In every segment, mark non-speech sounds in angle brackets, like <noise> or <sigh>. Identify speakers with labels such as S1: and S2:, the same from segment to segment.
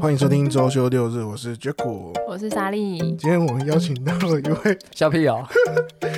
S1: 欢迎收听周休六日，我是 Jaco。
S2: 我是莎莉，
S1: 今天我们邀请到了一
S2: <laughs>
S1: 位，
S3: 笑屁哦，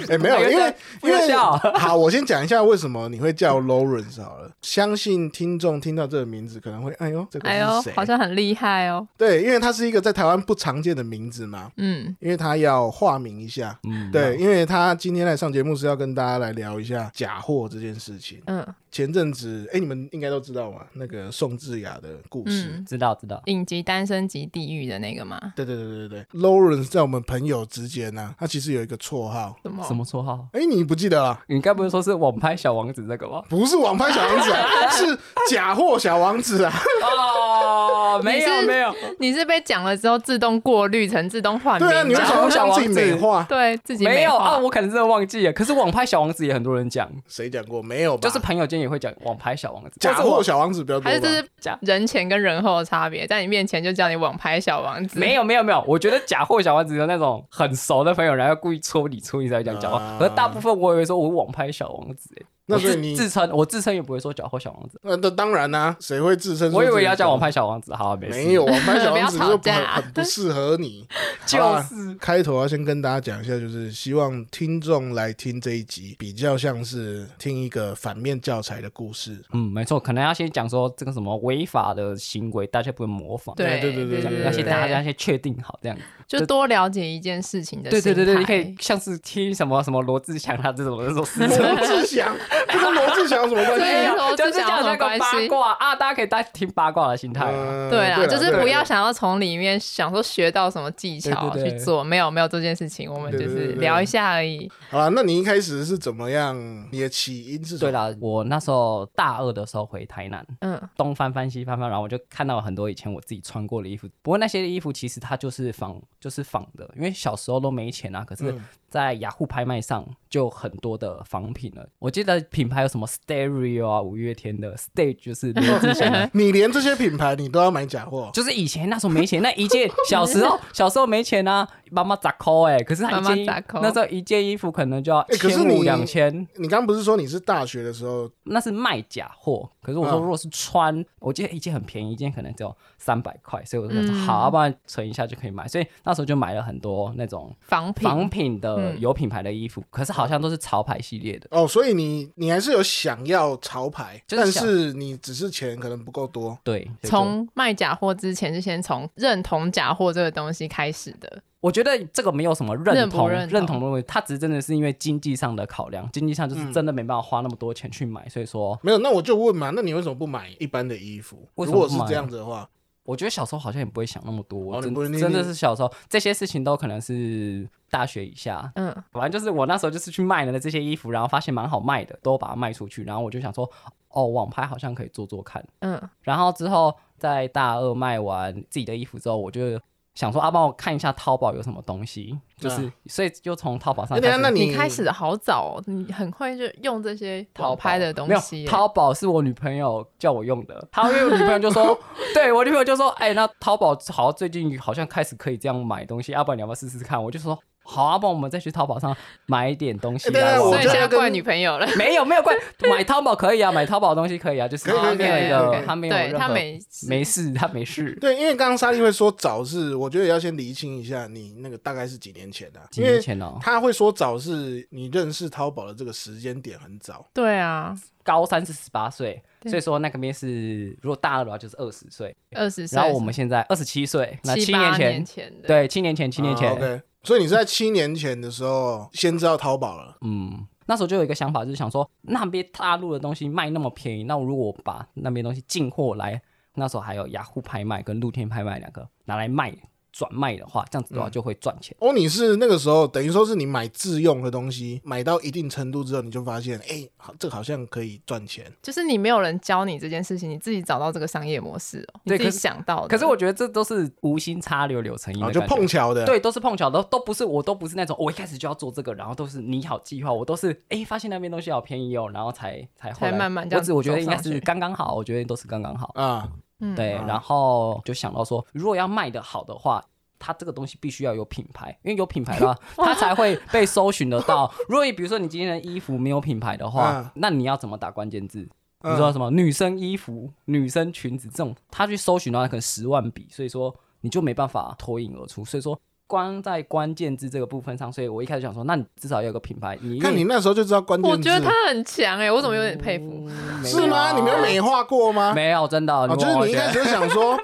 S1: 哎、没有，
S3: 不要
S1: 因为
S3: 不
S1: 因
S3: 要
S1: 为
S3: 笑
S1: <laughs> 好，我先讲一下为什么你会叫 Lawrence 好了。相信听众听到这个名字可能会，哎呦，这个
S2: 哎呦
S1: 是谁，？
S2: 好像很厉害哦。
S1: 对，因为他是一个在台湾不常见的名字嘛，
S2: 嗯，
S1: 因为他要化名一下。
S3: <laughs> 嗯，
S1: 对，因为他今天来上节目是要跟大家来聊一下假货这件事情。
S2: 嗯
S1: 前阵子，哎，你们应该都知道嘛，那个宋智雅的故事。
S2: 嗯，
S3: 知道知道，
S2: 影集《单身级地狱》的那个嘛，
S1: 对对对对对对，Lawrence 在我们朋友之间呢、他其实有一个绰号，
S2: 什么
S3: 什么绰号？
S1: 哎，你不记得啊？？
S3: 你该不会说是网拍小王子那个吧
S1: 不是网拍小王子、啊，是假货小王子啊！
S3: <laughs> 哦，没
S2: 你
S3: 有
S2: 是
S3: 没有，
S2: 你是被讲了之后自动过滤成自动换名
S1: 对啊，
S2: 吗？
S1: 你为什么要让自己美化？
S2: 对自己
S3: 没有
S2: 化
S3: 啊，我可能真的忘记了。可是网拍小王子也很多人讲，
S1: 谁讲过？没有吧？
S3: 就是朋友间也会讲网拍小王子，
S1: 假货小王子比较多吧。
S2: 还是这是
S3: 假
S2: 人前跟人后的差别，在你面前就叫你网拍小王子，
S3: 没有没有没有，我觉得假货小王子有那种很熟的朋友，然后故意戳你戳你才会讲假
S1: 啊
S3: 话。可是大部分我以为说我网拍小王子，欸
S1: 那
S3: 我
S1: 所以
S3: 自
S1: 你呃
S3: 自称我自称也不会说假货小王子，
S1: 那那当然啦、啊谁会自称？
S3: 我以为要叫网，拍小王子，好没事
S1: 没有网拍小王子就
S2: 不要吵
S1: 不很
S2: 架
S1: 很不适合
S3: <laughs>
S1: 你。
S3: 就
S1: 好啦
S3: 是
S1: 开头要先跟大家讲一下，就是希望听众来听这一集，比较像是听一个反面教材的故事。
S3: 嗯，没错，可能要先讲说这个什么违法的行为，大家不会模仿，
S2: 对
S1: 对对对
S2: 对
S1: 对
S3: 要先大家先确定好这样子。
S2: 就多了解一件事情的
S3: 对对对对，
S2: 心
S3: 你可
S2: 态
S3: 以像是听什么什么罗志祥他啊这种这种思想。
S1: <laughs> 罗志祥，这跟罗志祥有什么关
S2: <laughs> 对
S1: 系？
S2: 啊罗
S3: 就
S2: 志
S3: 是
S2: 祥有
S3: 讲
S2: 什
S3: 那
S2: 么
S3: 个
S2: 关
S3: 八
S2: 系
S3: 卦啊，大家可以大家听八卦的心态啊。
S1: 嗯
S2: 对啦，
S1: 啦，
S2: 就是不
S1: 对啦
S2: 要想要从里面想说学到什么技巧
S3: 对对
S2: 去
S3: 对
S2: 做，没有没有这件事情，我们
S1: 对
S2: 就
S1: 对对
S2: 是
S1: 对
S2: 聊一下而已。
S1: 好了，那你一开始是怎么样？你的起因是什
S3: 对
S1: 么？
S3: 啦，我那时候大二的时候回台南，
S2: 嗯
S3: 东翻翻西翻翻，然后我就看到很多以前我自己穿过的衣服。不过那些衣服其实它就是仿，就是仿的，因为小时候都没钱啊。可是
S1: 嗯，。
S3: 在雅虎拍卖上就很多的仿品了。我记得品牌有什么 Stereo 啊，五月天的 Stage 就是罗志祥啊的
S1: <laughs> 你连这些品牌你都要买假货？
S3: 就是以前那时候没钱，那一
S2: <laughs>
S3: 件小时候小时候没钱啊，妈妈砸扣哎，可是他一件衣
S2: 妈妈砸扣
S3: 那时候一件衣服可能就要
S1: 欸可是
S3: 千
S1: 你
S3: 五两千，
S1: 你刚不是说你是大学的时候？
S3: 那是卖假货。可是我说
S1: 嗯
S3: 如果是穿，我记得一件很便宜，一件可能只有三百块，所以我就想说
S2: 嗯
S3: 好，啊要不然存一下就可以买。所以那时候就买了很多那种
S2: 仿品，
S3: 仿品的
S2: 嗯
S3: 有品牌的衣服，可是好像都是潮牌系列的。
S1: 哦，所以你你还是有想要潮牌，
S3: 就是想
S1: 但是你只是钱可能不够多。
S3: 对，所以就
S2: 从卖假货之前，是先从认同假货这个东西开始的。
S3: 我觉得这个没有什么认
S2: 认
S3: 同
S2: 不认同
S3: 同的问题，他只是真的是因为经济上的考量，经济上
S1: 嗯
S3: 就是真的没办法花那么多钱去买，所以说
S1: 没有，那我就问嘛，那你为什么不买一般的衣服？
S3: 为
S1: 如
S3: 什么不
S1: 果
S3: 买
S1: 是这样子的话，
S3: 我觉得小时候好像也不会想那么多，
S1: 哦你
S3: 真
S1: 不会你
S3: 真的
S1: 你
S3: 是小时候这些事情都可能是大学以下。
S2: 嗯，
S3: 反正就是我那时候就是去卖了这些衣服，然后发现蛮好卖的，都把它卖出去，然后我就想说，哦，网拍好像可以做做看。
S2: 嗯，
S3: 然后之后在大二卖完自己的衣服之后，我就想说，啊，帮我看一下淘宝有什么东西，就是、所以就从淘宝上
S1: 啊哎等
S3: 开
S1: 一下
S3: 始。
S1: 那
S2: 你开始的好早、哦，你很会就用这些讨拍的东西
S3: 没
S2: 耶。
S3: 有淘宝是我女朋友叫我用
S2: <laughs>
S3: 的，她因为我女朋友就说，对我女朋友就说，哎、那淘宝好，最近好像开始可以这样买东西，要、不然你要不要试试看？我就说好啊，不然我们再去淘宝上买一点东西
S1: 哎对啊
S3: 来
S1: 我
S2: 所
S3: 玩
S2: 以
S1: 觉
S2: 现
S1: 得
S2: 在
S1: 跟
S2: 怪女朋友了。
S3: 没有没有关，买淘宝可以啊，买淘宝的东西可以啊，就是
S1: 可以可以
S3: 她没有一个
S1: OK，OK，OK
S3: 她 <laughs> 没有
S2: 对
S3: 任
S2: 他
S3: 何
S2: 没
S3: 没事，她没事。
S1: 对，因为刚刚莎莉会说早是，我觉得要先厘清一下，你那个大概是几年前的、啊？
S3: 几年前哦
S1: 因为他会说早是你认识淘宝的这个时间点很早，
S2: 对啊，
S3: 高三是十八岁，
S2: 对
S3: 所以说那个面是如果大二的话就是二十岁，
S2: 二十岁，
S3: 然后我们现在二十七岁，那七
S2: 七八
S3: 前，
S2: 年前的，
S3: 对，七年前，七年前，
S1: 啊 OK，所以你是在七年前的时候先知道淘宝了。
S3: 嗯，那时候就有一个想法，就是想说那边大陆的东西卖那么便宜，那我如果把那边东西进货来，那时候还有雅虎拍卖跟露天拍卖两个拿来卖转卖的话，这样子的
S2: 嗯
S3: 话就会赚钱。
S1: 哦，你是那个时候等于说是你买自用的东西，买到一定程度之后，你就发现，哎、好，这个好像可以赚钱。
S2: 就是你没有人教你这件事情，你自己找到这个商业模式哦，你
S3: 对
S2: 自
S3: 可
S2: 己
S3: 是
S2: 想到的。
S3: 可是我觉得这都是无心插柳柳成荫
S1: 啊，
S3: 的
S1: 就
S3: 感觉
S1: 碰巧的。，
S3: 对，都是碰巧的，都不是我都不是那种哦我一开始就要做这个，然后都是拟好计划，我都是哎、发现那边东西好便宜哦，然后才才后
S2: 才
S3: 来
S2: 慢慢这
S3: 我
S2: 样
S3: 只我觉得
S2: 走
S3: 应该
S2: 上
S3: 是
S2: 去
S3: 刚刚好，我觉得都是刚刚好。
S1: 啊，
S2: 嗯
S3: 对，然后就想到说，如果要卖的好的话，它这个东西必须要有品牌，因为有品牌
S1: <laughs>
S3: 的话，它才会被搜寻得到。如果你比如说你今天的衣服没有品牌的话，
S1: 嗯
S3: 那你要怎么打关键字？你说什么女生衣服、女生裙子这种，他去搜寻的话可能十万笔，所以说你就没办法脱颖而出。所以说，光在关键字这个部分上，所以我一开始想说，那你至少要有个品牌，你
S1: 看你那时候就知道关键
S2: 我
S1: 字，
S2: 觉得他很强哎、我怎么有点佩
S3: 嗯
S2: 服？
S1: 是
S3: 啊
S1: 吗？你没有美化过吗？
S3: 没有真的，
S1: 哦，就是你一开始就想
S3: <laughs>
S1: 说，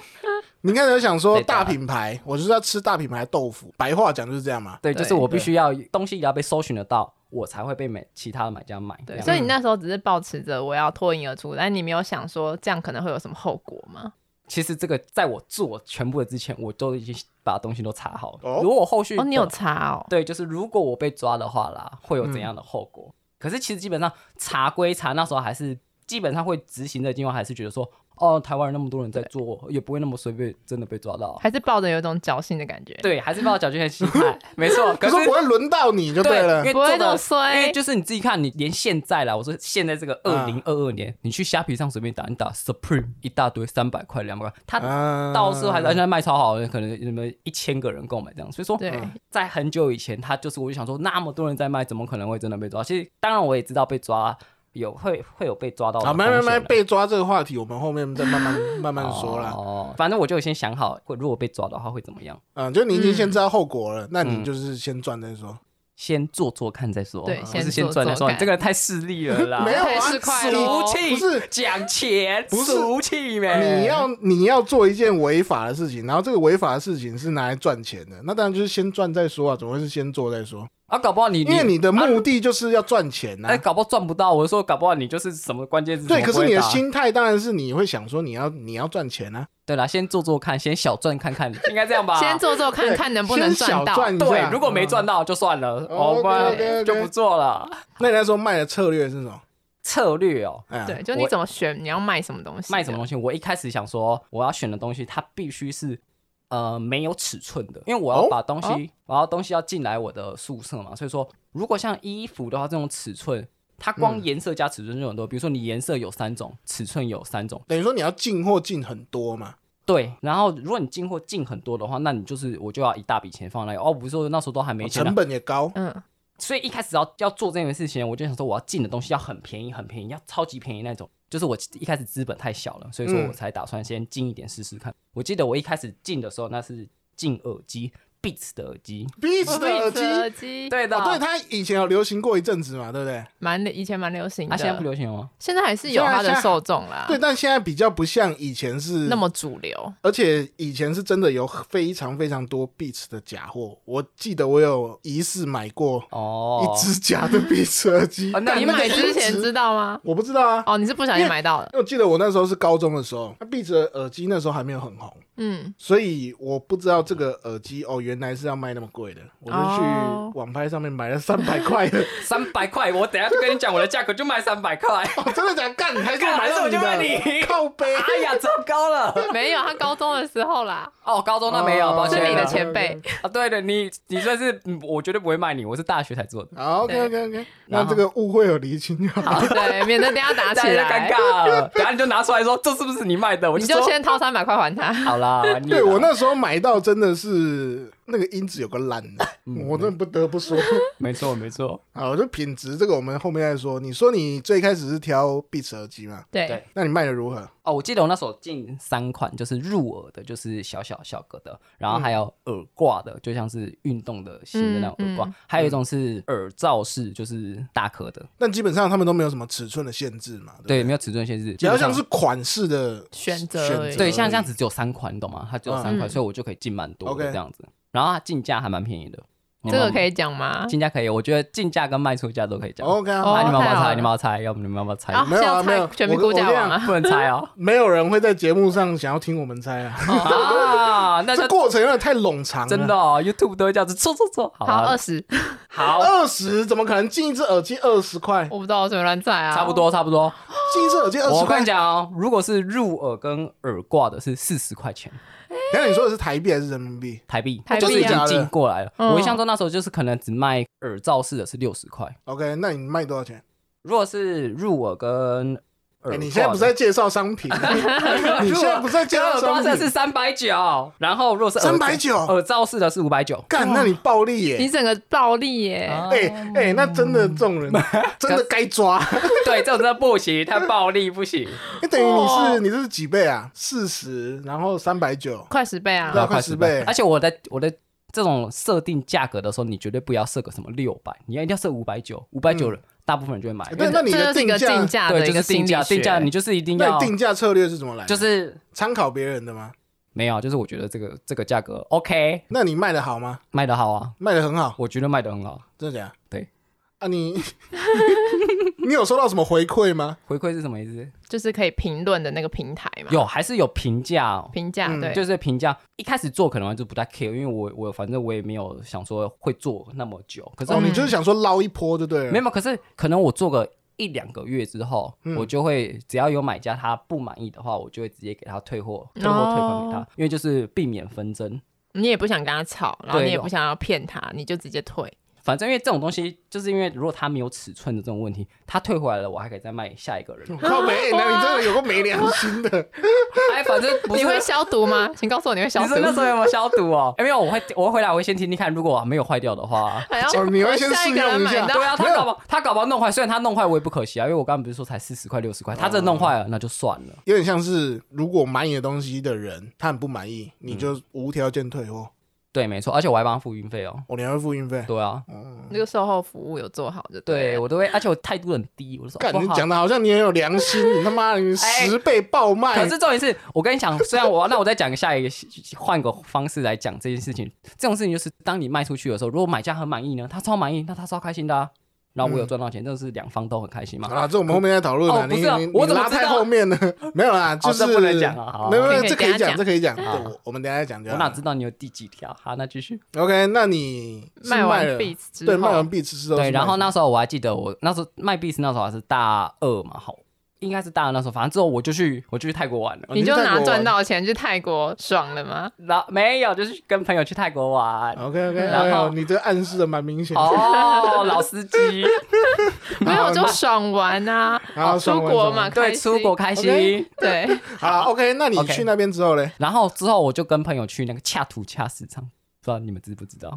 S1: 你一开始就想说
S3: 对的
S1: 大品牌，我就是要吃大品牌豆腐，白话讲就是这样嘛。
S3: 对，
S2: 对
S3: 就是我必须要东西也要被搜寻得到，我才会被买其他的买家买。这
S2: 对，
S3: 样
S2: 所以你那时候只是抱持着我要脱颖而出，但你没有想说这样可能会有什么后果吗？
S3: 其实这个在我做全部的之前，我都已经把东西都查好了。
S1: 哦
S3: 如果后续
S2: 哦，你有嗯
S3: 的
S2: 查哦，
S3: 对，就是如果我被抓的话啦，会有怎样的后果？可是其实基本上查归查，那时候还是基本上会执行的计划，还是觉得说，哦，台湾人那么多人在做，也不会那么随便真的被抓到。啊
S2: 还是抱着有一种侥幸的感觉。
S3: 对，还是抱着侥幸的心
S2: <laughs>
S3: 态，没错。
S1: 可
S3: 是
S1: 是不会轮到你就
S3: 对
S1: 了
S3: 因为，
S2: 不会
S3: 做
S2: 这么
S3: 的
S2: 衰
S3: 因为就是你自己看，你连现在啦，我说现在这个二零二
S1: 嗯
S3: 二年，你去虾皮上随便打，你打 Supreme 一大堆，三百块、两百块，它
S1: 啊
S3: 到时候还是而且它卖超好的，可能什么一千个人购买这样。所以说，
S2: 对
S3: 在很久以前，他就是我就想说，那么多人在卖，怎么可能会真的被抓？其实当然我也知道被抓有会会有被抓到的
S1: 啊，没没
S3: 风险
S1: 没
S3: 啊
S1: 被抓这个话题，我们后面再慢
S3: <laughs>
S1: 慢慢慢说啦。
S3: 哦，反正我就有先想好，会如果被抓的话会怎么样，
S1: 嗯，就你已经先知道后果了，那
S3: 嗯
S1: 你就是先赚再说。
S3: 先做做看再说。啊
S2: 对
S3: 不
S2: 先
S3: 是先
S2: 做
S3: 赚再
S2: 做
S3: 说，你
S2: 看
S3: 这个人太势利了啦。
S1: <laughs> 没有
S2: 太
S1: 啊，
S2: 市侩
S1: 你
S2: 咯
S3: 俗
S2: 哦
S3: 气，
S1: 不是
S3: 讲钱，
S1: 不是
S3: 俗气呗。
S1: 你要你要做一件违法的事情，然后这个违法的事情是拿来赚钱的，那当然就是先赚再说啊，总会是先做再说，
S3: 啊，搞不好你啊
S1: 因为你的目的就是要赚钱呐、啊
S3: 哎，搞不好赚不到。我说搞不好你就是什么关键字
S1: 对，
S3: 什么
S1: 可
S3: 不
S1: 是
S3: 会
S1: 你的
S3: 打
S1: 心态当然是你会想说你要你要赚钱啊，
S3: 对啦，先做做看，先小赚看
S1: <laughs>
S3: 看，应该这样吧？
S2: 先做做看
S1: 对
S2: 看能不能
S1: 先小
S2: 赚到。
S1: 赚一下
S3: 对，如果没赚到就算了，哦，不然
S1: OK，OK，OK
S3: 就不做了。
S1: 那你那时候卖的策略是什么？
S3: 策略哦，
S1: 哎呀
S2: 对，就你
S3: 我
S2: 怎么选，你要卖什么东西？
S3: 卖什么东西？我一开始想说，我要选的东西它必须是呃没有尺寸的，因为我要
S1: 哦
S3: 把东西，
S2: 哦
S3: 我要东西要进来我的宿舍嘛，所以说如果像衣服的话，这种尺寸。它光颜色加尺寸就很多，比如说你颜色有三种，尺寸有三种，
S1: 等于说你要进货进很多嘛，
S3: 对。然后如果你进货进很多的话，那你就是我就要一大笔钱放那里。哦，不是说那时候都还没钱呢啊
S1: 成本也高，
S2: 嗯，
S3: 所以一开始要要做这件事情，我就想说我要进的东西要很便宜，很便宜，要超级便宜那种。就是我一开始资本太小了，所以说
S1: 嗯
S3: 我才打算先进一点试试看。我记得我一开始进的时候，那是进耳机，Beats 的耳机，
S1: Beats 的耳机，
S2: 耳机，
S3: 对的，
S1: 哦，对，它以前有流行过一阵子嘛，对不对？
S2: 蛮以前蛮流行
S3: 啊，
S2: 的，
S3: 现在不流行了吗？
S2: 现在还是有它的受众啦，
S1: 对，但现在比较不像以前是
S2: 嗯那么主流。
S1: 而且以前是真的有非常非常多 Beats 的假货，我记得我有疑似买过
S3: 哦
S1: 一，只假的 Beats 耳机。
S3: 啊那
S1: 但
S2: 哦你
S1: 那个
S2: 买之
S1: 音质
S2: 前知道吗？
S1: 我不知道啊，
S2: 哦，你是不小心买到的，
S1: 因为我记得我那时候是高中的时候，那 Beats 的耳机那时候还没有很红，
S2: 嗯，
S1: 所以我不知道这个耳机哦原来是要卖那么贵的，我就
S2: 哦
S1: 去网拍上面买了三百块
S3: <laughs>
S1: 的。
S3: 三百块，我等一下就跟你讲我的价格就卖三百块。
S1: 哦，真的假的？干，你还给我
S3: 干
S1: 买到
S3: 还是我就
S1: 你的
S3: 问你
S1: 靠背？
S3: 哎呀，糟糕了！
S2: 没有，他高中的时候啦，
S3: 哦，高中那没有，
S1: 哦
S3: 抱歉
S2: 是
S3: 了。
S2: 你的前辈，
S3: 啊？对的，你你算是嗯我绝对不会卖你，我是大学才做的，
S1: 好，OK OK OK，
S3: 然
S1: 那
S3: 后
S1: 这个误会有厘清就
S3: <laughs>
S1: 好。
S2: 对，免得等一下打
S3: 大
S2: 起
S3: 家就
S2: 来
S3: 尴，尬 <laughs> 了。等一下你就拿出来说，这是不是你卖的？我
S2: 你
S3: 说
S2: 就先掏三百块还他。
S3: 好 <laughs> 啦，完你啦
S1: 对我那时候买到真的是那个音质有个烂的，
S3: 嗯
S1: 我真的不得不
S3: <laughs>
S1: 说
S3: 没错没错，
S1: 啊，我就品质这个我们后面再说。你说你最开始是挑 Beats 耳机嘛？
S2: 对
S3: 对，
S1: 那你卖的如何？
S3: 哦，我记得我那时候进三款，就是入耳的，就是小小小个的，然后还有耳挂的，就像是运动的新的那种耳挂，
S2: 嗯嗯
S3: 还有一种是耳罩式，就是大颗的，
S1: 但基本上他们都没有什么尺寸的限制嘛，对不对，
S3: 对，没有尺寸限制，
S1: 只要像
S3: 基
S1: 是
S3: 本上
S1: 款式的
S2: 选择
S1: 选
S2: 而已
S1: 择
S3: 对，像这样子只有三款，你懂吗？它只有三款，
S2: 嗯
S3: 所以我就可以进蛮多的
S1: OK
S3: 这样子，然后它进价还蛮便宜的，
S2: 这个可
S3: 以
S2: 以讲吗？
S3: 进价可以，我觉得进价跟卖出价都可以讲。
S1: ，OK 啊，
S2: 哦
S3: 啊，你们要不
S2: 太
S3: 要
S2: 好
S3: 猜？
S2: 了
S3: 你们要猜？要不你们要不要猜？
S2: 啊，
S1: 没有啊
S2: 要
S1: 没
S2: 猜
S1: 有
S2: 全民估价网啊，
S3: 不能猜哦。
S1: 没有人会在节目上想要听我们猜
S2: <laughs>
S1: 啊，
S3: 啊，那
S1: 这
S3: 就
S1: 过程有点太冗长了。
S3: 真的哦，YouTube 都会这样子错错错。好
S2: 好
S3: 啊
S2: 二十，
S3: 好，
S1: 二十怎么可能进一只耳机二十块？
S2: 我不知道，我随便乱猜啊，
S3: 差不，多差不多。
S1: 进一只耳机二十
S3: 我跟
S1: 块
S3: 你？讲哦，如果是入耳跟耳挂的是四十块钱
S1: 等一下你说的是台币还是人民币？
S3: 台币，
S2: 台币啊
S3: 就是已经进过来了。
S2: 嗯
S3: 我印象中那时候就是可能只卖耳罩式的是六十块，
S1: OK，那你卖多少钱？
S3: 如果是入耳跟耳
S1: 哎
S3: 挂
S1: 你现在不是在
S3: <laughs> 的
S1: 介绍商品，
S2: <laughs>
S1: <laughs> 你现在不是在介绍
S3: 耳
S1: 商
S3: 挂的
S1: 品，
S3: 是三百九，然后如果是耳
S1: 390
S3: 耳罩式的是五百九，
S1: 干，那你暴力耶、
S2: 你整个暴力耶、
S3: 啊
S1: 哎哎、那真的这种
S2: <laughs>
S1: 人真的该抓。
S3: 对，这种真的不行，太暴力不行。
S1: 那等于你
S2: 哦
S1: 是你这是几倍啊？四十，然后三百九，
S2: 快十倍啊
S1: 对！啊快
S3: 快
S1: 10
S3: 十
S1: 倍
S3: 而且我的我的这种设定价格的时候，你绝对不要设个什么六百，你要一定要设五百九，五百
S1: 嗯
S3: 九大部分人就会买。
S1: 那那你
S2: 这
S1: 的
S2: 就是一
S1: 定
S2: 个
S1: 价
S2: 定，价的
S3: 对，
S2: 一
S3: 就
S2: 个
S3: 是
S2: 心
S3: 定
S2: 理
S3: 价，定价
S2: 学
S3: 你就是一定
S1: 那
S3: 要
S1: 你定价策略是怎么来的？
S3: 就是
S1: 参考别人的吗？
S3: 没有，啊就是我觉得这个这个价格 OK，
S1: 那你卖的好吗？
S3: 卖的好啊，
S1: 卖的很好，
S3: 我觉得卖的很好。
S1: 真的假的？
S3: 对
S1: 啊你， <laughs> 你有收到什么回馈吗？
S3: 回馈是什么意思？
S2: 就是可以评论的那个平台
S1: 啊
S2: 嘛，
S3: 有还是有评价、哦？
S2: 评价
S1: 嗯
S2: 对，
S3: 就是评价一开始做可能就不太 care，因为我我反正我也没有想说会做那么久，可是
S1: 哦，你就是想说捞一波就对了。
S3: 嗯
S1: 啊
S3: 没有，可是可能我做个一两个月之后，我就会只要有买家他不满意的话，我就会直接给他退货，退货退款给他，因为就是避免纷争。
S2: 你也不想跟他吵，然后
S3: 对
S2: 你也不想要骗他，你就直接退。
S3: 反正因为这种东西，就是因为如果他没有尺寸的这种问题，他退回来了，我还可以再卖下一个人。
S1: <laughs> 靠
S3: <laughs>
S1: 北，哎那你真的有个没良心的。 <laughs>
S3: 哎，反正不是
S2: 你会消毒吗？请告诉我你会消
S3: 你
S2: 毒
S3: 说。那时候有没有消毒哦？哎，没有，我会我会回来，我会先听听看，如果没有坏掉的话。
S2: 还要
S1: 哦你会先
S2: 下一个人
S1: 试用一
S2: 买
S1: 下
S2: 到
S3: 对啊，
S1: 没
S3: 他
S1: 有
S3: 搞不好他搞不好弄坏，虽然他弄坏我也不可惜啊，因为我刚刚不是说才四十块六十块，他真的弄坏了那就算了。
S1: 有点像是，如果买你的东西的人他很不满意，你就无条件退货，
S3: 对，没错，而且我还帮他付运费哦。
S1: 我、哦、你还会付运费。
S3: 嗯对啊，
S2: 那个售后服务有做好就
S3: 对
S2: 了
S3: 我都会，而且我态度很低，我就说哦
S1: 干，
S3: 不
S1: 你
S3: 好
S1: 讲的好像你很有良心，
S3: <laughs>
S1: 你他妈的你十倍爆卖。
S3: 可是重点是我跟你讲，虽然我那我再讲下一个，换个方式来讲这件事情。这种事情就是，当你卖出去的时候，如果买家很满意呢，他超满意，那他超开心的、啊。然后我有赚到钱，这是两方都很开心嘛。
S1: 嗯啊，这我们后面再讨论
S3: 哦
S1: 你
S3: 不是啊
S1: 你
S3: 我
S1: 你
S3: 怎么
S1: 拉
S3: 知道
S1: 太后面了，没有啦，就是
S3: 这不能讲啊好啊
S1: 没有没有，
S2: 可以
S1: 这可以
S2: 等一下
S1: 讲，
S2: 讲
S1: 这可以讲。对，
S3: 好
S1: 我我们等一下讲就
S3: 我
S1: 好
S3: 哪知道你有第几条？好，那继续。
S1: OK，那你是
S2: 卖完
S1: 了
S2: Beats 之
S1: 对，
S2: 后
S1: 卖完 b e a 之后是卖
S3: 对，
S1: 什么，
S3: 然后那时候我还记得我，那时候卖币是那时候还是大二嘛，好，应该是大二那时候，反正之后我就去我就去泰国玩了。
S1: 哦
S2: 你就
S1: 去泰国
S2: 拿
S1: 玩 <laughs>
S2: 赚到钱去泰国爽了吗？
S3: 然后没有，就是跟朋友去泰国玩。
S1: OK OK，
S3: 然后
S1: 哎呦，你这暗示的蛮明显的。
S3: 哦，老
S1: <laughs>
S3: 司机， <laughs>
S2: 没有就爽玩啊，
S1: 好
S2: 出
S1: 爽玩
S2: 国嘛，
S3: 对，
S2: 开心
S3: 出国开心
S1: OK。
S2: 对，
S1: 好，OK，那你
S3: OK
S1: 去那边之后嘞，
S3: 然后之后我就跟朋友去那个恰图恰市场，不知道你们知不知道？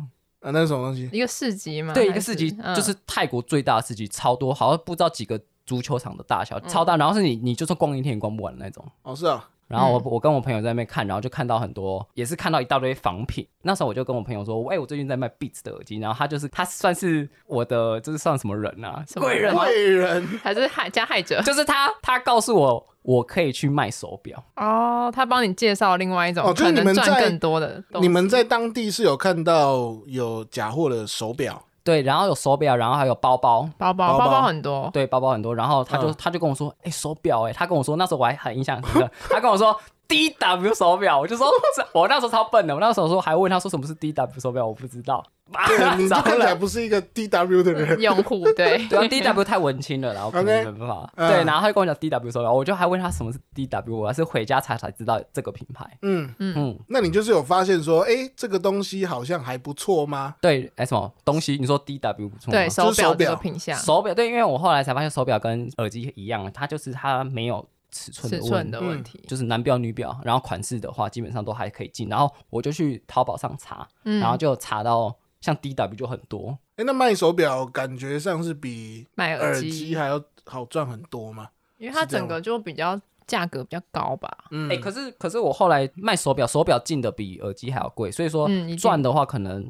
S1: 啊，那是什么东西？
S2: 一个市集嘛，
S3: 对，
S2: 嗯
S3: 一
S2: 还
S3: 个市集
S2: 嗯
S3: 就是泰国最大的市集，超多，好像不知道几个足球场的大小，超
S2: 嗯
S3: 大。然后是你你就算逛一天也逛不完的那种。
S1: 哦，是啊，
S3: 然后我、我跟我朋友在那边看，然后就看到很多，也是看到一大堆仿品。那时候我就跟我朋友说，哎、我最近在卖 Beats 的耳机，然后他就是他算是我的，就是算什么人啊？
S2: 什么人
S3: 吗
S1: 贵人。
S2: 还是害加害者
S3: 就是他，他告诉我我可以去卖手表，
S2: 哦，他帮你介绍另外一种
S1: 哦就是
S2: 可
S1: 你
S2: 能
S1: 们
S2: 赚
S1: 在
S2: 更多的东
S1: 你
S2: 西，
S1: 们在当地是有看到有假货的手表，
S3: 对，然后有手表，然后还有包包，
S2: 包包
S1: 包包
S2: 包包很多，
S3: 对，包包很多。然后他就、
S1: 嗯
S3: 他就跟我说，哎、手表，哎，他跟我说那时候我还很印象很深刻，他跟我说 D W 手表，我就说这我那时候超笨的，我那时候说还问他说什么是 D W 手表，我不知道，
S1: 对，
S3: <laughs>
S1: 你就
S3: 糟
S1: 看起来
S3: 了。
S1: 不是一个 DW 的人。
S2: 用户
S1: <laughs>
S2: 对
S3: 对啊，D W 太文青了，然后可
S1: OK，
S3: 能没办法。
S1: 嗯
S3: 对，然后他就跟我讲 D W 手表，我就还问他什么是 D W，我还是回家查才知道这个品牌。
S1: 嗯，
S3: 嗯，
S1: 那你就是有发现说，哎，这个东西好像还不错吗？
S3: 对，哎，什么东西？你说 D W 不错吗
S2: 对手
S1: 就是手
S2: 表这
S1: 表
S2: 个品相
S3: 嗯手表对，因为我后来才发现手表跟耳机一样，它就是它没有尺寸的
S2: 尺
S3: 问
S2: 寸
S3: 题
S2: 的
S1: 嗯
S2: 问题，
S3: 就是男表女表，然后款式的话基本上都还可以进。然后我就去淘宝上查，
S2: 嗯
S3: 然后就查到像 D W 就很多，
S1: 哎，那卖手表感觉上是比
S2: 买
S1: 耳
S2: 耳
S1: 机
S2: 机，
S1: 还要好赚很多嘛？
S2: 因为它整个就比较价格比较高吧，
S1: 嗯，
S3: 哎、可是可是我后来卖手表，手表进的比耳机还要贵，所以说
S2: 嗯一定
S3: 赚的话可能，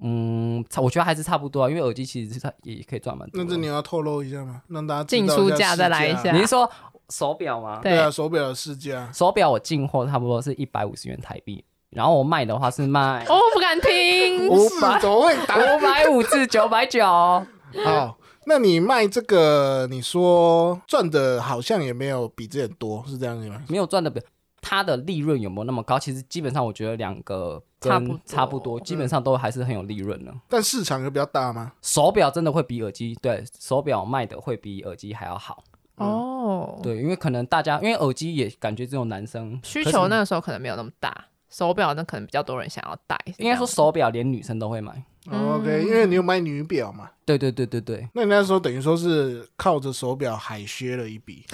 S3: 嗯，差我觉得还是差不多啊，因为耳机其实是它也可以赚蛮多
S1: 那
S3: 的。
S1: 这你要透露一下吗？让大家知道
S2: 进
S1: 一下
S2: 出
S1: 市
S2: 价
S1: 价
S2: 再来一下
S3: 你是说手表吗？
S1: 对啊，，手表的市价。
S3: 手表我进货差不多是一百五十元台币，然后我卖的话是卖
S2: 哦，不敢
S1: <laughs>
S2: 听，
S1: 不是，怎么会打？
S3: 五百五至九百九。
S1: 好，那你卖这个，你说赚的好像也没有比之前多，是这样子吗？
S3: 没有赚的比它的利润有没有那么高？其实基本上我觉得两个跟
S2: 差不多嗯
S3: 差不多，基本上都还是很有利润的。
S1: 但市场有比较大吗？
S3: 手表真的会比耳机对手表卖的会比耳机还要好，
S2: 哦，
S3: 对，因为可能大家因为耳机也感觉只有男生
S2: 需
S3: 可
S2: 求
S3: 是
S2: 那个时候可能没有那么大，手表那可能比较多人想要戴，
S3: 应该说手表连女生都会买。
S2: 嗯
S1: 哦 OK，因为你有买女表嘛，
S3: 对对对对对，
S1: 那你那时候等于说是靠着手表海削了一笔，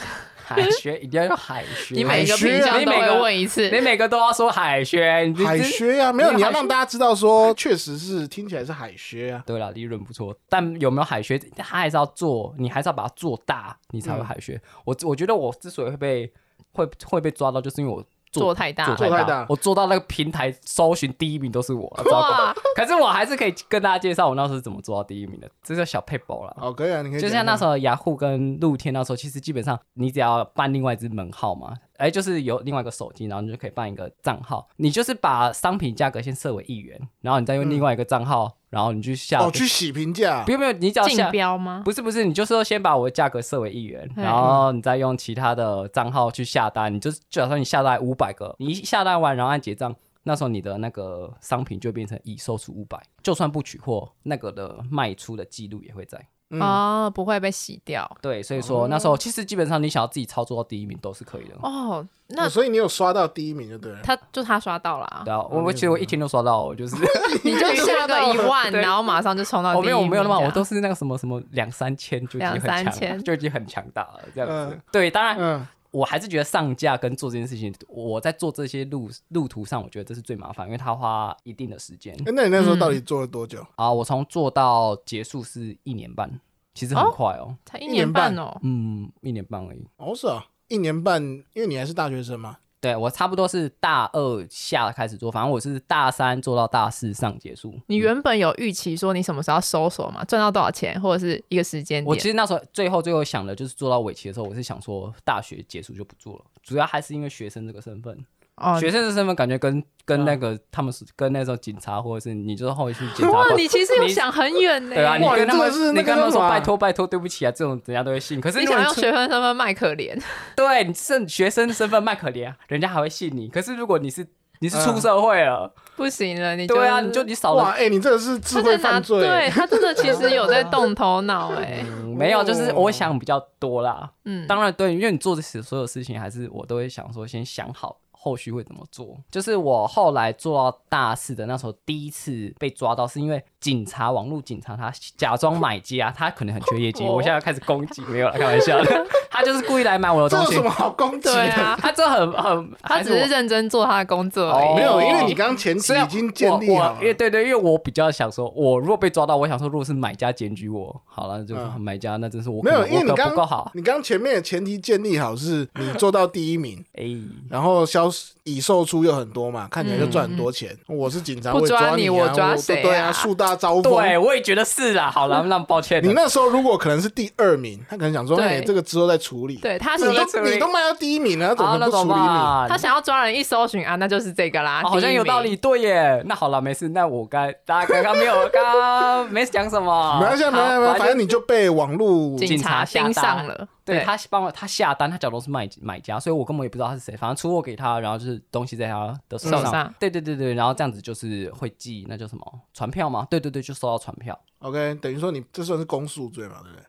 S3: 海轩一定要用海轩，
S2: 你每个品相
S3: 你
S2: 都
S3: 每
S2: 会
S3: 个
S2: 问一次
S3: 你，每个都要说海轩，你这
S1: 海。靴呀、啊，没有，
S3: 没有
S1: 你要
S3: 海
S1: 让
S3: 靴
S1: 大家知道说，确实是听起来是海靴啊。
S3: 对了，利润不错，但有没有海靴，他还是要做，你还是要把它做大，你才
S2: 嗯
S3: 有海靴。我我觉得我之所以会被会会被抓到，就是因为我
S2: 做太大
S1: 做太大
S3: 我做到那个平台搜寻第一名都是我，糟糕！
S2: 哇，
S3: 可是我还是可以跟大家介绍我那时候是怎么做到第一名的，这叫小配宝啦。
S1: 哦，可以啊，你可以
S3: 就
S1: 讲一下。
S3: 像那时候雅虎跟露天那时候，其实基本上你只要办另外一只门号嘛，哎，就是有另外一个手机，然后你就可以办一个账号，你就是把商品价格先设为一元，然后你再用另外一个账号，然后你去下，
S1: 嗯哦，去洗评价
S3: 不，用不用，你只要
S2: 竞
S3: 下。
S2: 标吗？
S3: 不是不是，你就是说先把我的价格设为一元，
S2: 嗯
S3: 然后你再用其他的账号去下单，你就是就假设你下单五百个，你一下单完然后按结账，那时候你的那个商品就变成已售出五百，就算不取货，那个的卖出的记录也会在。
S1: 嗯
S2: 哦，不会被洗掉
S3: 对，所以说那时候其实基本上你想要自己操作到第一名都是可以的。
S2: 哦。
S1: 哦
S2: 那
S1: 所以你有刷到第一名就对了。
S2: 他就他刷到了啊，
S3: 对啊，我我其实我一天就刷到，我就是 <laughs> 啊
S2: 你
S1: <laughs>
S2: 就下个一万，
S3: 对
S2: 然后马上就冲到
S3: 哦我没有
S2: 第
S3: 我
S2: 一
S3: 没有那么，
S2: 名
S3: 我
S2: 这
S3: 都
S2: 样
S3: 是那个什么什么两三千就已经很
S2: 两三
S3: 强
S2: 千
S3: 就已经很强大了这样子
S1: 嗯。
S3: 对，当然
S1: 嗯，
S3: 我还是觉得上架跟做这件事情，我在做这些路路途上，我觉得这是最麻烦，因为它花一定的时间
S1: 哎那你那时候到底做了多久？
S3: 啊。我从做到结束是一年半，其实很
S2: 哦
S3: 快哦，
S2: 才一
S1: 一年
S2: 年半哦，
S3: 嗯，一年半而已。
S1: 哦，是啊，一年半，因为你还是大学生嘛。
S3: 对我差不多是大二下开始做，反正我是大三做到大四上结束。
S2: 你原本有预期说你什么时候要搜索嘛，赚到多少钱或者是一个时间
S3: 我
S2: 嗯
S3: 其
S2: 点？
S3: 实那时候最后最后想的就是做到尾期的时候，我是想说大学结束就不做了，主要还是因为学生这个身份。
S2: 哦，嗯
S3: 学生的身份感觉跟跟那个、他们是跟那时候警察或者是你就是
S2: <laughs>
S3: 后续检察
S2: 哇，
S3: 官
S2: 你其实有想很远呢。
S3: 对啊，你
S1: 哇
S3: 跟他们
S1: 这个是
S3: 你
S1: 那个
S3: 跟他们说
S1: 干嘛
S3: 拜托拜托，对不起啊，这种人家都会信。可是
S2: 你
S3: 如果
S2: 想
S3: 你
S2: 用
S3: 出
S2: 学生身份卖可怜， <laughs>
S3: 对你是学生身份卖可怜啊，人家还会信你。可是如果你是你是出社会了，
S2: 不行了，你
S3: 对啊，
S2: 是
S3: 你就你少
S1: 哇，
S3: 了。
S1: 哎、你这个是智
S2: 他
S1: 慧
S2: 在拿，
S1: 犯罪。
S2: 对他真的其实有在动头脑哎、
S3: <laughs> 嗯没有，就是我想比较多啦。
S2: 嗯，
S3: 当然，对，因为你做的所有事情，还是我都会想说，先想好后续会怎么做。就是我后来做到大四的那时候，第一次被抓到，是因为警察，网络警察，他假装买家，他可能很缺业绩。
S2: 哦
S3: 我现在要开始攻击，没有了，开玩笑的，他就是故意来买我的
S1: 这
S3: 东
S1: 有
S3: 西
S1: 什。么好攻击的？
S2: 对啊，
S3: 他这很很，
S2: 他只是认真做他的工作而
S3: 哦
S2: 已。
S1: 没有，因为你刚刚前期
S3: 虽然
S1: 已经建立
S3: 我
S1: 好
S3: 我因为
S1: 了。
S3: 对对，因为我比较想说，我如果被抓到，我想说，如果是买家检举我，好了，就是
S1: 嗯
S3: 买家，那真是我
S1: 没
S3: 可
S1: 有，
S3: 能
S1: 因为
S3: 我
S1: 你
S3: 可能
S1: 刚
S3: 不够好。
S1: 你刚前面的前提建立好是你做到第一名，
S3: 哎，
S1: 然后销已售出又很多嘛，看起来就赚很多钱。我是警察，
S2: 不
S1: 我也
S2: 抓
S1: 抓
S2: 你
S1: 啊
S2: 我抓
S1: 我
S2: 谁啊
S1: 对啊，树大招风。
S3: 对，我也觉得是啦。好了，那抱歉了，
S1: 你那时候如果可能是第二名，他可能想说，
S2: 对
S1: 哎，这个之后再处理。
S2: 对，他
S1: 你
S2: 是一
S1: 都你都卖到第一名了，他怎
S3: 啊
S1: 么
S3: 那
S1: 不处
S3: 怎么
S1: 理你？
S3: 办
S2: 他想要抓人一搜寻啊，那就是这个啦，
S3: 哦好像有道理，对耶。那好了，没事，那我该大家刚刚没有，刚刚没讲什么，
S1: <laughs> 没关系啊，没关系啊，没
S3: 好
S1: 关系反正你就被网络
S2: 第一名。警察盯上了，哦
S3: 对他帮我，他下单，他假如是买买家，所以我根本也不知道他是谁，反正出货给他，然后就是东西在他的手
S2: 手上
S3: 对对对对，然后这样子就是会寄那叫什么传票吗？对对对，就收到传票。
S1: OK，等于说你这算是公诉罪嘛，对不对？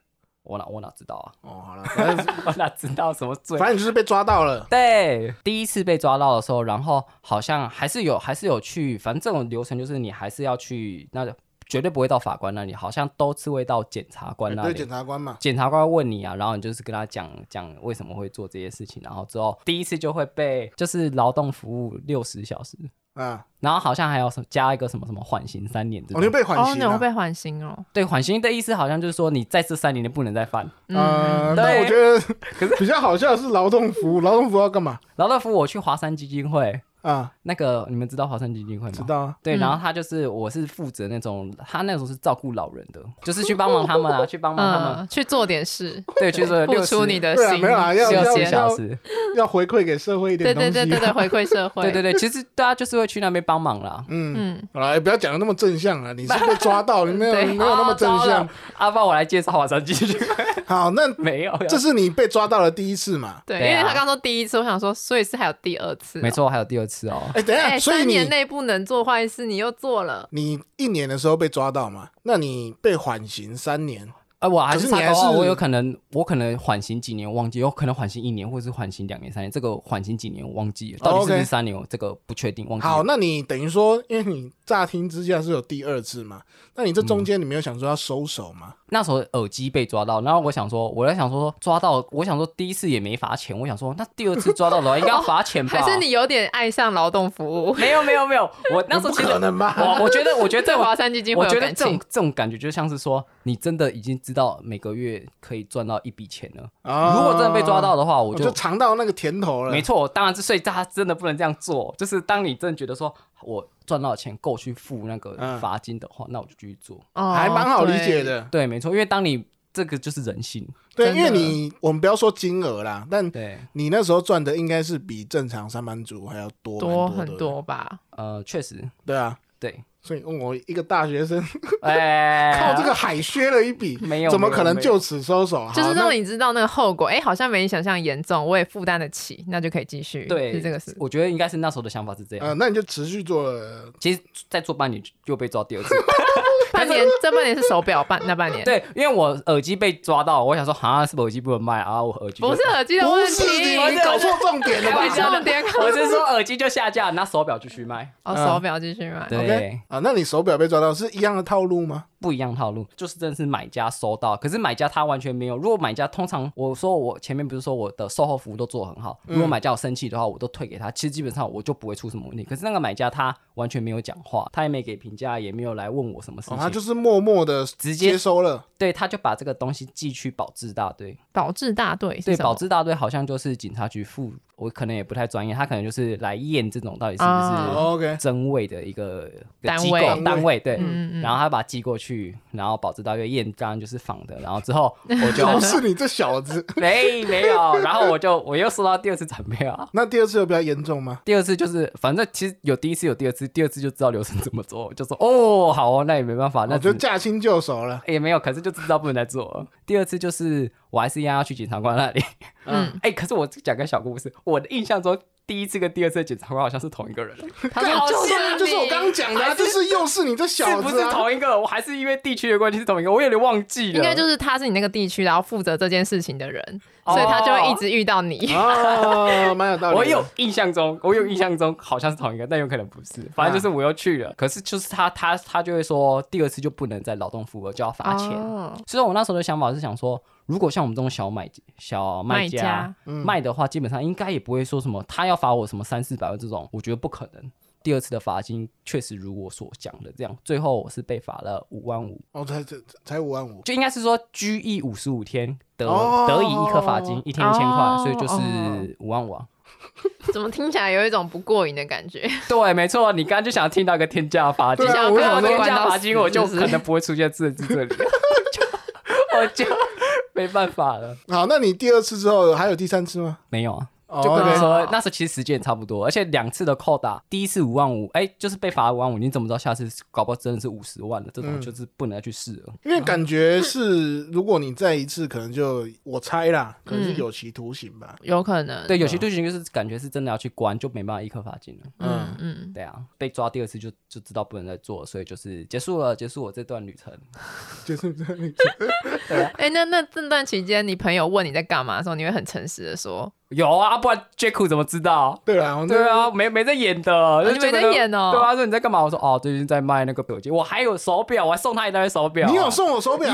S3: 我哪我哪知道啊？ <laughs>
S1: 哦，好了，反正
S3: 我哪知道什么罪？
S1: 反正你就是被抓到了。
S3: 对，第一次被抓到的时候，然后好像还是有，还是有去，反正这种流程就是你还是要去，那绝对不会到法官那里，好像都是会到检察官那
S1: 哎对
S3: 里
S1: 检。察官嘛，
S3: 检察官会问你啊，然后你就是跟他讲讲为什么会做这些事情，然后之后第一次就会被就是劳动服务六十小时，
S1: 啊，
S3: 然后好像还有什么加一个什么什么缓刑三年这
S1: 哦，
S3: 种。
S1: 你被缓
S2: 哦，
S1: 刑
S2: 那我
S1: 了。
S2: 被缓刑哦，
S3: 对，缓刑的意思好像就是说你在这三年内不能再犯。
S1: 呃，
S3: 嗯
S1: 但
S3: 对
S1: 我觉得比较好笑的是劳动服务，劳动服务要干嘛
S3: 劳动服务我去华山基金会，
S1: 啊？
S3: 那个你们知道华山基金会吗
S1: 知？道啊，
S3: 对，
S2: 嗯
S3: 然后他就是我是负责那种，他那种是照顾老人的，就是去帮忙他们啊，去帮忙他们，
S2: 嗯，去做点事，
S3: 对，去做
S2: 付
S3: 六
S2: 出你
S3: 十
S2: 的
S1: 对啊
S2: 心，
S1: 没有啊要
S2: 时
S1: 要
S3: 六
S2: 间
S3: 十
S1: 要
S3: 小时，
S2: <laughs>
S1: 要回馈给社会一
S2: 对
S1: 点东
S2: 对
S1: 西。啊 <laughs>
S2: 对对对，回馈社会，<laughs>
S3: 对对对，其实大家就是会去那边帮忙啦。
S1: 嗯，
S2: 嗯，
S1: 好了，也不要讲的那么正向啊，你是被抓到，你没有
S2: 对
S1: 没有那么正
S3: 啊糟
S1: 向
S2: <laughs>
S3: 了。阿爸，我来介绍华山基金会，
S1: 好，那
S3: <laughs> 没有，
S1: 这是你被抓到的第一次
S2: <laughs>
S1: 嘛？
S2: 对，
S3: 对啊
S2: 因为他刚说第一次，我想说，所以是还有第二次哦，
S3: 没错，还有第二次哦。
S1: 哎，等一
S2: 哎，
S1: 下，所以
S2: 三年
S1: 你
S2: 内不能做坏事，你又做了。
S1: 你一年的时候被抓到嘛？那你被缓刑三年，
S3: 哎，我还
S1: 可
S3: 是
S1: 是你
S3: 差
S1: 呃还
S3: 高啊，
S1: 是
S3: 我有可能，我可能缓刑几年，我忘记，有可能缓刑一年，或者是缓刑两年、三年，这个缓刑几年我忘记了，到底是不
S1: 哦 OK
S3: 是三年，我这个不确定，忘记了。
S1: 好，那你等于说，因为你乍听之下是有第二次嘛，那你这中间你没有想说要收手吗？
S3: 那时候耳机被抓到，然后我想说，我在想说抓到，我想说第一次也没罚钱，我想说那第二次抓到的话应该要罚
S1: <laughs>
S3: 钱吧？
S2: 还是你有点爱上劳动服务？
S3: 没有没有没有，我那时候
S1: 不
S3: 其实
S1: 可能吧？ <laughs>
S3: 我我觉得我觉得
S2: 对
S3: 这
S2: 华山基金会
S3: <laughs> 我觉
S2: 有
S3: 得
S2: 感
S3: 这种
S2: 情，
S3: 这种感觉就像是说，你真的已经知道每个月可以赚到一笔钱了。
S1: 啊
S3: 如果真的被抓到，的话，
S1: 我
S3: 我
S1: 啊就
S3: 就
S1: 尝到那个甜头了。
S3: 没错，当然是所以大家真的不能这样做。就是当你真的觉得说我赚到的钱够去付那个
S1: 嗯
S3: 罚金的话，那我就继续做。
S2: 哦
S1: 还蛮好理解。的。
S3: 对，没错，因为当你这个就是人性。
S1: 对，
S2: 真
S1: 因
S2: 的
S1: 为你我们不要说金额啦，但
S3: 对，
S1: 你那时候赚的应该是比正常上班族还要多蛮
S2: 对
S1: 多
S2: 多很
S1: 的，
S2: 多吧？
S3: 呃，确实，
S1: 对啊。 <laughs>
S3: 对，
S1: 所以我一个大学
S2: <laughs>
S1: 生
S3: 哎、
S1: 靠这个海削了一笔，
S3: <laughs> 没有
S1: 怎么
S3: 没有
S1: 可能
S3: 没有
S1: 就此收手？
S2: 就是
S1: 好
S2: 让你知道那个后果，哎，好像没你想象严重，我也负担得起，那就可以继续。
S3: 对
S2: 是这个事。
S3: 我觉得应该是那时候的想法是这
S1: 那
S3: 样。
S1: 呃，那你就持续做了
S3: 其实再做半年就又被抓第二次， <laughs>
S2: 半年，这半年是手表半那半年，
S3: 对，因为我耳机被抓到，我想说，好像是不是耳机不能卖啊，我耳机就
S2: 不是耳机的
S1: 不
S2: 问
S1: 是
S3: <laughs>
S2: 题，
S3: 啊
S1: 你搞错重点了
S2: 开玩
S1: 吧？
S2: 笑的，别搞
S1: <laughs>
S3: 我是说耳机就下架，拿手表继续卖。
S2: 哦，手表继续买。
S3: <laughs> 嗯对
S1: OK，啊，那你手表被抓到是一样的套路吗？
S3: 不一样套路，就是真的是买家收到，可是买家他完全没有。如果买家通常我说我前面不是说我的售后服务都做得很好，如果买家有生气的话，我都退给他，其实基本上我就不会出什么问题。可是那个买家他完全没有讲话，他也没给评价，也没有来问我什么事
S1: 哦
S3: 情，，
S1: 他就是默默的
S3: 直接
S1: 接收了。
S3: 对他就把这个东西寄去保质大队。
S2: 保质大队是
S3: 对，
S2: 什
S3: 保
S2: 么
S3: 质大队好像就是警察局附，我可能也不太专业，他可能就是来验这种到底是不
S2: 啊
S3: 是
S1: 哦
S3: <laughs>
S1: OK，
S3: 真伪的一个一个
S2: 单
S3: 机
S2: 位
S3: 构单位，对。
S2: 嗯嗯嗯
S3: 然后他把它寄过去，然后保质大队验，当然就是仿的。然后之后我就
S1: 就哦是你这小子。 <laughs>
S2: <laughs>
S3: 没没有， <laughs> 然后我就我又收到第二次转票啊。
S1: 那第二次有比较严重吗？
S3: 第二次就是，反正其实有第一次有第二次，第二次就知道流程怎么做，就说哦 <laughs> 好哦，那也没办法，那
S1: 我就
S3: 只
S1: 驾轻就熟了。
S3: 也没有，可是就知道不能再做了。第二次就是我还是一样要去检察官那里，
S2: 嗯，
S3: <laughs> 哎、可是我讲个小故事，我的印象中第一次跟第二次的检察官好像是同一个人，
S1: <laughs>
S2: 他
S1: 干
S2: 说
S1: 就是就是我刚刚讲的啊，就是又是你这
S3: 是
S1: 小
S3: 不
S1: 子
S3: 是
S1: 啊。
S3: 同一个？我还是因为地区的关系是同一个，我有点忘记了。
S2: 应该就是他是你那个地区，然后负责这件事情的人，
S3: 哦
S2: 所以他就会一直遇到你。
S1: <laughs> 啊，蛮有道理的。
S3: 我有印象中，我有印象中好像是同一个，但有可能不是。反正就是我又
S1: <laughs>
S3: 去了，可是就是他他他就会说第二次就不能再劳动服务了，就要罚钱。
S2: 哦
S3: 所以我那时候的想法是想说，如果像我们这种小买小卖
S2: 卖家
S1: 嗯
S3: 卖的话，基本上应该也不会说什么他要罚我什么三四百万这种，我觉得不可能。第二次的罚金确实如我所讲的这样，最后我是被罚了五万五，
S1: 哦，才才才五万五。
S3: 就应该是说拘役五十五天，得、
S1: 哦
S3: 得以一颗罚金，一天一千块，
S2: 哦
S3: 所以就
S2: 哦
S3: 是五万五啊。
S2: 怎么听起来有一种不过瘾的感觉？
S3: 对，没错，你刚刚就想听到一个天价罚金，
S1: 对啊
S3: 我
S1: 我
S3: 到
S1: 想说
S3: 天价罚
S2: 关
S3: 金，
S2: 到死
S3: 我就是
S2: 不是
S3: 可能不会出现这这里，我就我就没办法了。
S1: 好，那你第二次之后还有第三次吗？
S3: 没有啊，
S1: 哦
S3: 就跟你
S1: OK
S3: 说，那时候其实时间也差不多，而且两次的扣打，第一次五万五，哎，就是被罚五万五，你怎么知道下次搞不好真的是五十万了？这种
S1: 嗯啊
S3: 就是不能再去试了。
S1: 因为感觉是，如果你再一次，可能就我猜啦，可能是有期徒刑吧。
S2: 有可能。
S3: 对，有些队形就是感觉是真的要去关，就没办法一颗罚金了。
S2: 嗯嗯，
S3: 对啊，被抓第二次就就知道不能再做了，所以就是结束了，结束我这段旅程。嗯
S1: 就是这里，
S2: 哎、那那这段期间，你朋友问你在干嘛的时候，你会很诚实的说，
S3: 有啊，不然 Jack 怎么知道？
S1: 对啦，我那
S3: 对，啊，没没在演的，就
S2: 你
S3: 觉
S2: 没在
S3: 得
S2: 演哦
S3: 对啊，说你在干嘛？我说哦，最近在卖那个手机，我还有手表，我还送他一台手表。
S1: 你有送我手表？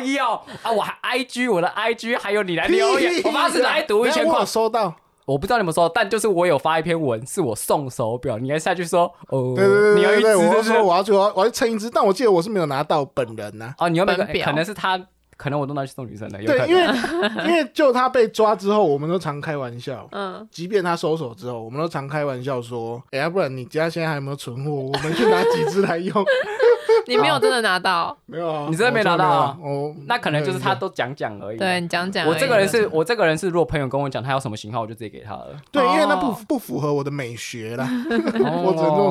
S3: 有有啊！我还 I G 我的 I G 还有你来留言，我发
S1: 当
S3: 时来读一千
S1: 我
S3: 块
S1: 有，收到，
S3: 我不知道你们收到，但就是我有发一篇文，是我送手表，你应该下去说哦，
S1: 对对对
S3: 你要
S1: 对
S3: 一只，
S1: 对，我
S3: 对
S1: 就
S3: 不对
S1: 说我要去，我要我要去称一只，但我记得我是没有拿到本人啊呐。
S3: 哦，你要每个
S2: 本表
S3: 可能是他，可能我都拿去送女生了，有
S1: 对，
S3: 可能
S1: 因为因为 <laughs> 就他被抓之后，我们都常开玩笑。
S2: 嗯，
S1: 即便他收手之后，我们都常开玩笑说：“哎、要不然你家现在还有没有存货？我们去拿几只来用。 <laughs>
S2: 你没有真的拿
S3: <laughs>
S2: 到，”
S1: 没有啊，
S3: 你真的没拿到啊
S1: 我真的没有啊？我
S3: 那可能就是他都讲讲而已。啊
S2: 对。你讲讲而已。
S3: 我这个人是我这个人是，如果朋友跟我讲他要什么型号，我就直接给
S2: <laughs>
S3: 他了。
S1: 对，因为那
S2: 哦
S1: 不不符合我的美学啦。
S2: <laughs>
S3: 我
S1: 只能这么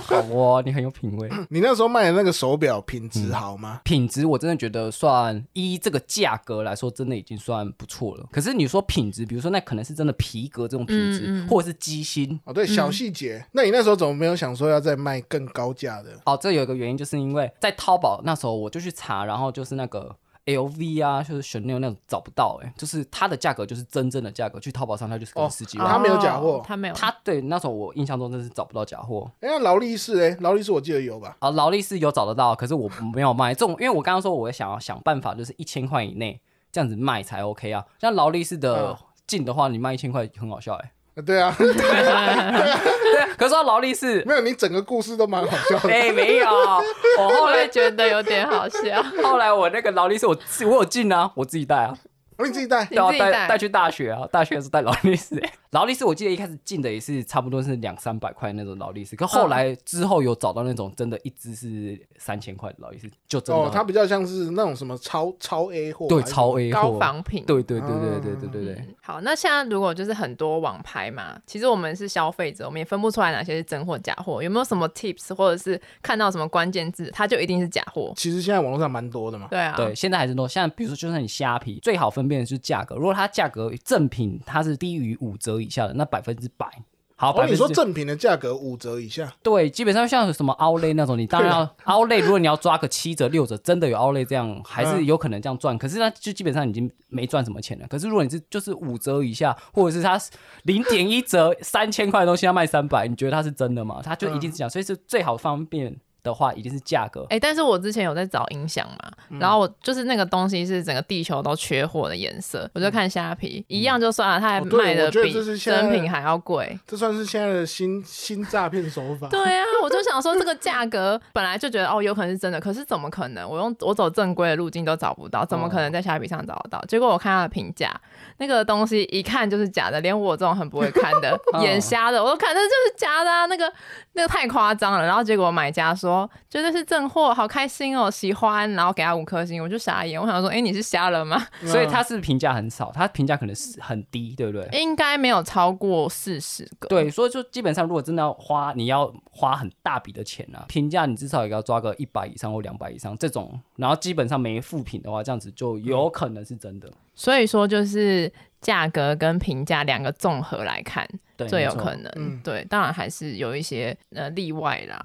S1: 说
S3: 好哦，你很有品
S1: <laughs>
S3: 味。
S1: 你那时候卖的那个手表品
S3: 嗯
S1: 质好吗？
S3: 品质我真的觉得算依这个价格来说，真的已经算不错了。可是你说品质，比如说那可能是真的皮革这种品质，
S2: 嗯嗯
S3: 或者是机芯。
S2: 嗯
S1: 哦，对，小细节。那你那时候怎么没有想说要再卖更高价的？
S3: 哦，这有一个原因，就是因为在淘宝那时候我就去查，然后就是那个。哎、 LV 啊，就是 Chanel 那种找不到、欸，哎，就是它的价格就是真正的价格，去淘宝上它就是可能
S1: 哦
S3: 十几
S1: 啊
S3: 万。
S1: 他没有假货
S2: 哦他没
S3: <laughs>
S2: 有，
S3: 它对那时候我印象中真是找不到假货
S1: 哎，那劳力士哎，劳力士我记得有吧？
S3: 啊，劳力士有找得到，可是我没有卖这种，因为我刚刚说我想要想办法，就是一千块以内这样子卖才 OK 啊。像劳力士的
S1: 嗯
S3: 进的话，你卖一千块很好笑哎、
S1: 啊对
S2: <laughs>
S1: 啊，
S3: 对， <laughs> 可是劳力士，
S1: 没有，你整个故事都蛮好笑
S2: <laughs>
S1: 的。
S3: 哎、没有，我后
S2: 我
S3: 来
S2: 也觉得有点好
S3: <laughs>
S2: 笑。
S3: 后来我那个劳力士我自我有进啊，我自己带啊，
S1: 我你自己带
S2: 你
S3: 对啊
S2: 自己
S3: 带
S2: 带
S3: 带去大学啊，大学的时候带劳力士、欸，劳力士我记得一开始进的也是差不多是两三百块那种劳力士，可后
S2: 嗯
S3: 来之后有找到那种真的一只是三千块的劳力士，就真的、
S1: 哦，它比较像是那种什么超超 A 货，
S3: 对超 A
S2: 高
S3: 货，
S2: 仿品，
S3: 对对对对对对对对，
S2: 嗯好，那现在如果就是很多网拍嘛，其实我们是消费者，我们也分不出来哪些是真货假货。有没有什么 tips，或者是看到什么关键字，它就一定是假货？
S1: 其实现在网络上蛮多的嘛。
S2: 对啊，
S3: 对，现在还是多。现在比如说，就算你虾皮，最好分辨的是价格。如果它价格正品它是低于五折以下的，那百分之百好。百
S1: 哦，
S3: 分
S1: 你
S3: 之
S1: 说正品的价格五折以下，
S3: 对，基本上像什么 Outlet 那种，你当然要 Outlet，如果你要抓个七折六折，真的有 Outlet 这样，还
S1: 嗯
S3: 是有可能这样赚。可是呢，就基本上已经没赚什么钱了。可是如果你是就是五折以下，或者是它零点一折三千块的东西要卖三百，你觉得它是真的吗？它就一定
S1: 嗯
S3: 是这样，所以是最好方便的话，一定是价格。
S2: 哎、但是我之前有在找音响嘛，
S1: 嗯
S2: 然后我就是那个东西是整个地球都缺货的颜色，我就看虾皮、一样就算了，它还
S1: 嗯哦对
S2: 卖
S1: 我
S2: 的
S1: 觉得
S2: 比
S1: 这是现在
S2: 真品还要贵。
S1: 这算是现在的新 <laughs> 新诈骗手
S2: <laughs>
S1: 法。
S2: 对啊，我就想说这个价格本来就觉得哦有可能是真的，可是怎么可能？我用我走正规的路径都找不到，怎么可能在虾皮上找得到？结果我看它的评价，那个东西一看就是假的，连我这种很不会看 <laughs> 的
S3: 哦
S2: 眼瞎的，我都看这就是假的、啊，那个那个太夸张了。然后结果买家说绝对是正货，好开心哦，喜欢，然后给他五颗星，我就傻眼，我想说，哎、你是瞎了吗？ <laughs>
S1: 嗯
S3: 所以它是评价很少，它评价可能是很低，对不对？
S2: 应该没有超过四十个，
S3: 对，所以就基本上，如果真的要花，你要花很大笔的钱啊，评价你至少也要抓个一百以上或两百以上这种，然后基本上没副品的话，这样子就有可能是真的，
S2: 所以说就是价格跟评价两个综合来看。
S3: 对，
S2: 最有
S3: 没错
S2: 可能。
S1: 嗯
S2: 对，当然还是有一些呃例外啦。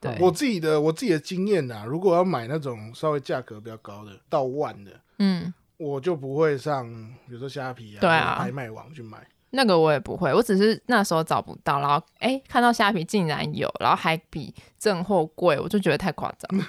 S2: 对，
S1: 我自己的我自己的经验呐、如果要买那种稍微价格比较高的，到万的，
S2: 嗯，
S1: 我就不会上，比如说虾皮啊，
S2: 对啊
S1: 或者拍卖网去买。
S2: 那个我也不会，我只是那时候找不到，然后哎、看到虾皮竟然有，然后还比正货贵，我就觉得太夸
S1: <laughs>
S2: 张了，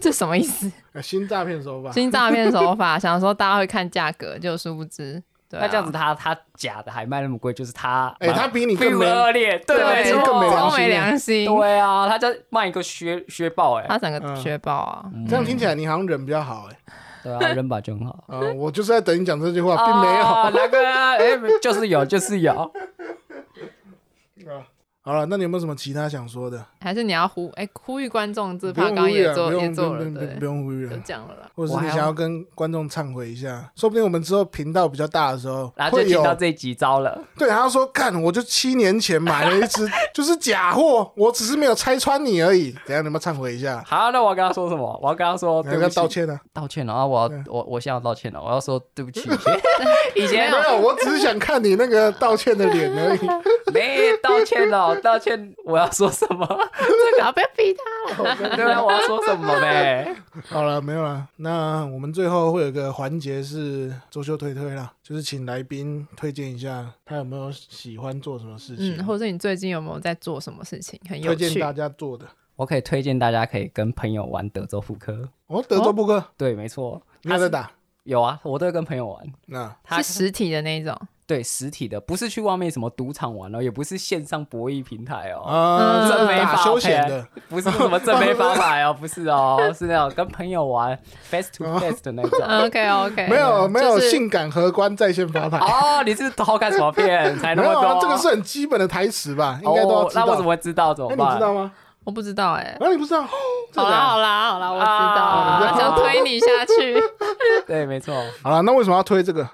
S2: 这什么意思？
S1: 啊、新诈骗手法，
S2: 新诈骗手法，想说大家会看价格，就殊不知。对啊、
S3: 那
S1: <laughs>
S3: 这样子他，他假的还卖那么贵，就是他，
S1: 哎、他比你
S3: 比
S1: 更
S3: 我
S1: 没，
S3: 恶劣，
S2: 对，
S3: 对，哦没
S1: 啊这
S3: 错，
S1: 更没良
S2: 超
S1: 心
S2: 没
S1: 啊
S2: 良心，
S3: 对啊，他就卖一个削削爆、哎，
S2: 他整个
S1: 嗯
S2: 学爆啊！
S1: 这样听起来你好像人比较好哎、，
S2: <laughs>
S3: 对啊，人吧就很好
S1: <laughs> 啊、我就是在等你讲这句话，哦并没有。
S2: 哦
S3: 啊那个啊，哎、就是有，就是有，
S1: 好了，那你有没有什么其他想说的？
S2: 还是你要呼哎、呼吁观众，这
S1: 不
S2: 怕
S1: 用
S2: 刚
S1: 呼
S2: 刚
S1: 吁
S2: 也
S1: 了，
S2: 做
S1: 不
S2: 也
S1: 用不
S2: 做
S1: 用不
S2: 了，
S1: 用不用不
S2: 对，
S1: 用呼啊吁
S2: 就
S1: 了。
S2: 讲了啦。
S1: 或者是
S3: 我还
S1: 你
S3: 要
S1: 想要跟观众忏悔一下，说不定我们之后频道比较大的时候，
S3: 然后
S1: 会
S3: 就听
S1: 有
S3: 到这几招了，
S1: 对，他说：“干，我就七年前买了一只，
S3: <laughs>
S1: 就是假货，我只是没有拆穿你而已。怎样？你们忏悔一下，
S3: 好，那我要跟他说什么？我要跟他说，
S1: 你
S3: 哦对
S1: 要
S3: 不
S1: 跟
S3: 起
S1: 他道歉啊。
S3: 道歉了啊！我要我我现在要道歉了，我要说
S1: <laughs>
S3: 对不起。 <laughs> 以
S1: 没
S3: 前
S1: 有，我只是想看你那个道歉的脸而
S3: <laughs>
S1: 已。
S3: 没道歉了， <laughs> 道歉我要说什
S1: <laughs>
S3: 么？
S2: 然后不要逼他。
S3: 对啊，我要说什么呗？
S1: 好了，没有了。那我们最后会有个环节是周休推推啦，就是请来宾推荐一下他有没有喜欢做什么事情，
S2: 嗯，或者你最近有没有在做什么事情很有
S1: 推荐
S2: 趣
S1: 大？家做的。
S3: <laughs> 我可以推荐大家可以跟朋友玩德州扑克。
S1: 哦，德州扑克，
S3: 对，没错，
S1: 你有在打？
S3: 有啊，我都会跟朋友玩。
S1: 那
S3: 他
S2: 是实体的那种，
S3: 对实体的，不是去外面什么赌场玩哦，也不是线上博弈平台哦，
S1: 啊，
S3: 正
S1: 就是
S3: 妹
S1: 打
S3: 发
S1: 休闲的。
S3: 不是什么正妹
S1: <laughs>
S3: 发牌哦，不是哦，是那种跟朋友玩 face
S1: 哦
S3: to face 的那种。
S2: OK OK，
S1: 没有没有，
S2: 就是
S1: 性感荷官在线发牌。
S3: 哦，你是偷看什么片才那
S1: 没
S3: 么
S1: 有啊，
S3: 多？
S1: 这个是很基本的台词吧？应该都要
S3: 哦
S1: 知道。
S3: 那我怎么会知道？怎么
S1: 哎，你
S3: 办？
S1: 知道吗？
S2: 我不知道哎、
S1: 然后你不知道？
S2: 好啦好
S1: 了
S2: 啦好啦，我知
S3: 啊
S2: 道了，想推你下去。
S3: 对，没错，
S1: 好了，那为什么要推这个？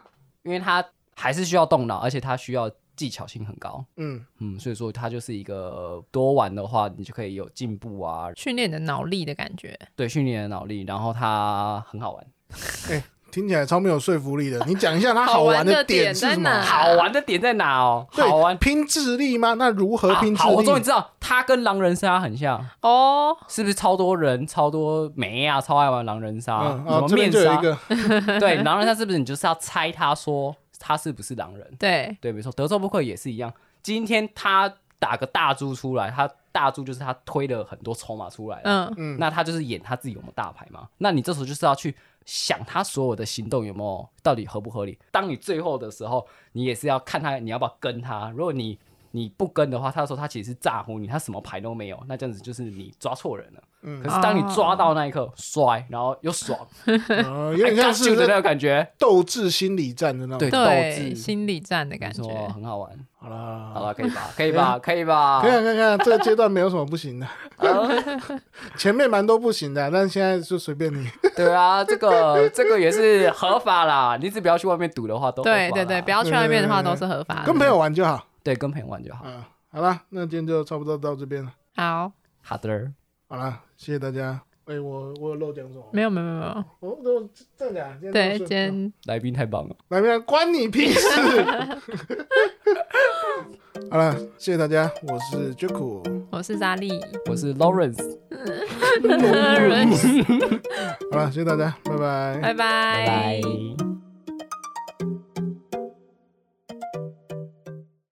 S3: 因为它还是需要动脑，而且它需要技巧性很高。
S1: 嗯，
S3: 嗯，所以说它就是一个多玩的话，你就可以有进步啊，
S2: 训练你的脑力的感觉，
S3: 对，训练你的脑力，然后它很好玩。
S1: 哎听起来超没有说服力的。你讲一下它
S2: 好玩
S1: 玩
S2: 的
S1: 点
S2: 点
S1: 是
S2: 在
S1: 什
S2: 哪
S1: 么？
S3: 好玩的点在哪哦？
S1: 对
S3: 好玩，
S1: 拼智力吗？那如何
S3: 啊
S1: 拼智
S3: 好，我终于
S1: 力？
S3: 知道，它跟狼人杀很像，
S2: 哦，
S3: 是不是超多人、超多妹啊，超爱玩狼人杀，
S1: 嗯，
S3: 什
S1: 哦
S3: 么，
S1: 这边
S3: 面啊
S1: 就有一
S3: 纱？
S1: 个， <laughs>
S3: <laughs> 对，狼人杀是不是你就是要猜他说他是不是狼人？
S2: 对，
S3: 对，没错，德州扑克也是一样。今天他打个大猪出来，他大猪就是他推了很多筹码出来，嗯，
S2: 嗯，
S1: 嗯，
S3: 那他就是演他自己有没有大牌嘛？那你这时候就是要去想他所有的行动有没有到底合不合理。当你最后的时候，你也是要看他你要不要跟他。如果你你不跟的话，他说他其实是诈唬你，他什么牌都没有，那这样子就是你抓错人了。
S1: 嗯
S3: 可是当你抓到那一
S2: 哦
S3: 刻，摔，然后又爽，
S1: 呃有点
S3: I
S1: 像
S3: got you
S1: 是
S3: 的那
S1: 在
S3: 种感觉，
S1: 斗智心理战的那种。
S3: 对，斗
S2: 对，
S3: 志，
S2: 心理战的感
S3: 没错
S2: 觉。
S3: 很好玩。
S1: 好啦，
S3: 好了，可以吧？可以吧？可以吧？
S1: 啊哎 <laughs> 可以啊可以啊，这个阶段没有什么不行的， <laughs> 前面蛮多不行的，但是现在就随便你。
S3: 对啊，这个这个也是合法啦。你只不要去外面赌的话，都合法
S2: 对
S3: 啦
S2: 对对，不要去外面的话都是合法的
S1: 跟。朋友玩就好。
S3: 对跟朋友玩就好。
S1: 嗯，好啦，那今天就差不多到这边了。
S2: 好，
S3: 好的，
S1: 好啦，谢谢大家。哎、我我有漏讲什么？
S2: 没有没有没有没有，
S1: 我我真的啊，今天都
S2: 对，
S1: 是
S2: 今天
S3: 来宾太棒了，
S1: 来边关你屁事。 <laughs> 好了，谢谢大家，我是 j a c k
S2: 我是莎莉，
S3: 我是 Lawrence，
S1: 好了，谢谢大家，拜拜
S2: 拜拜
S3: 拜拜。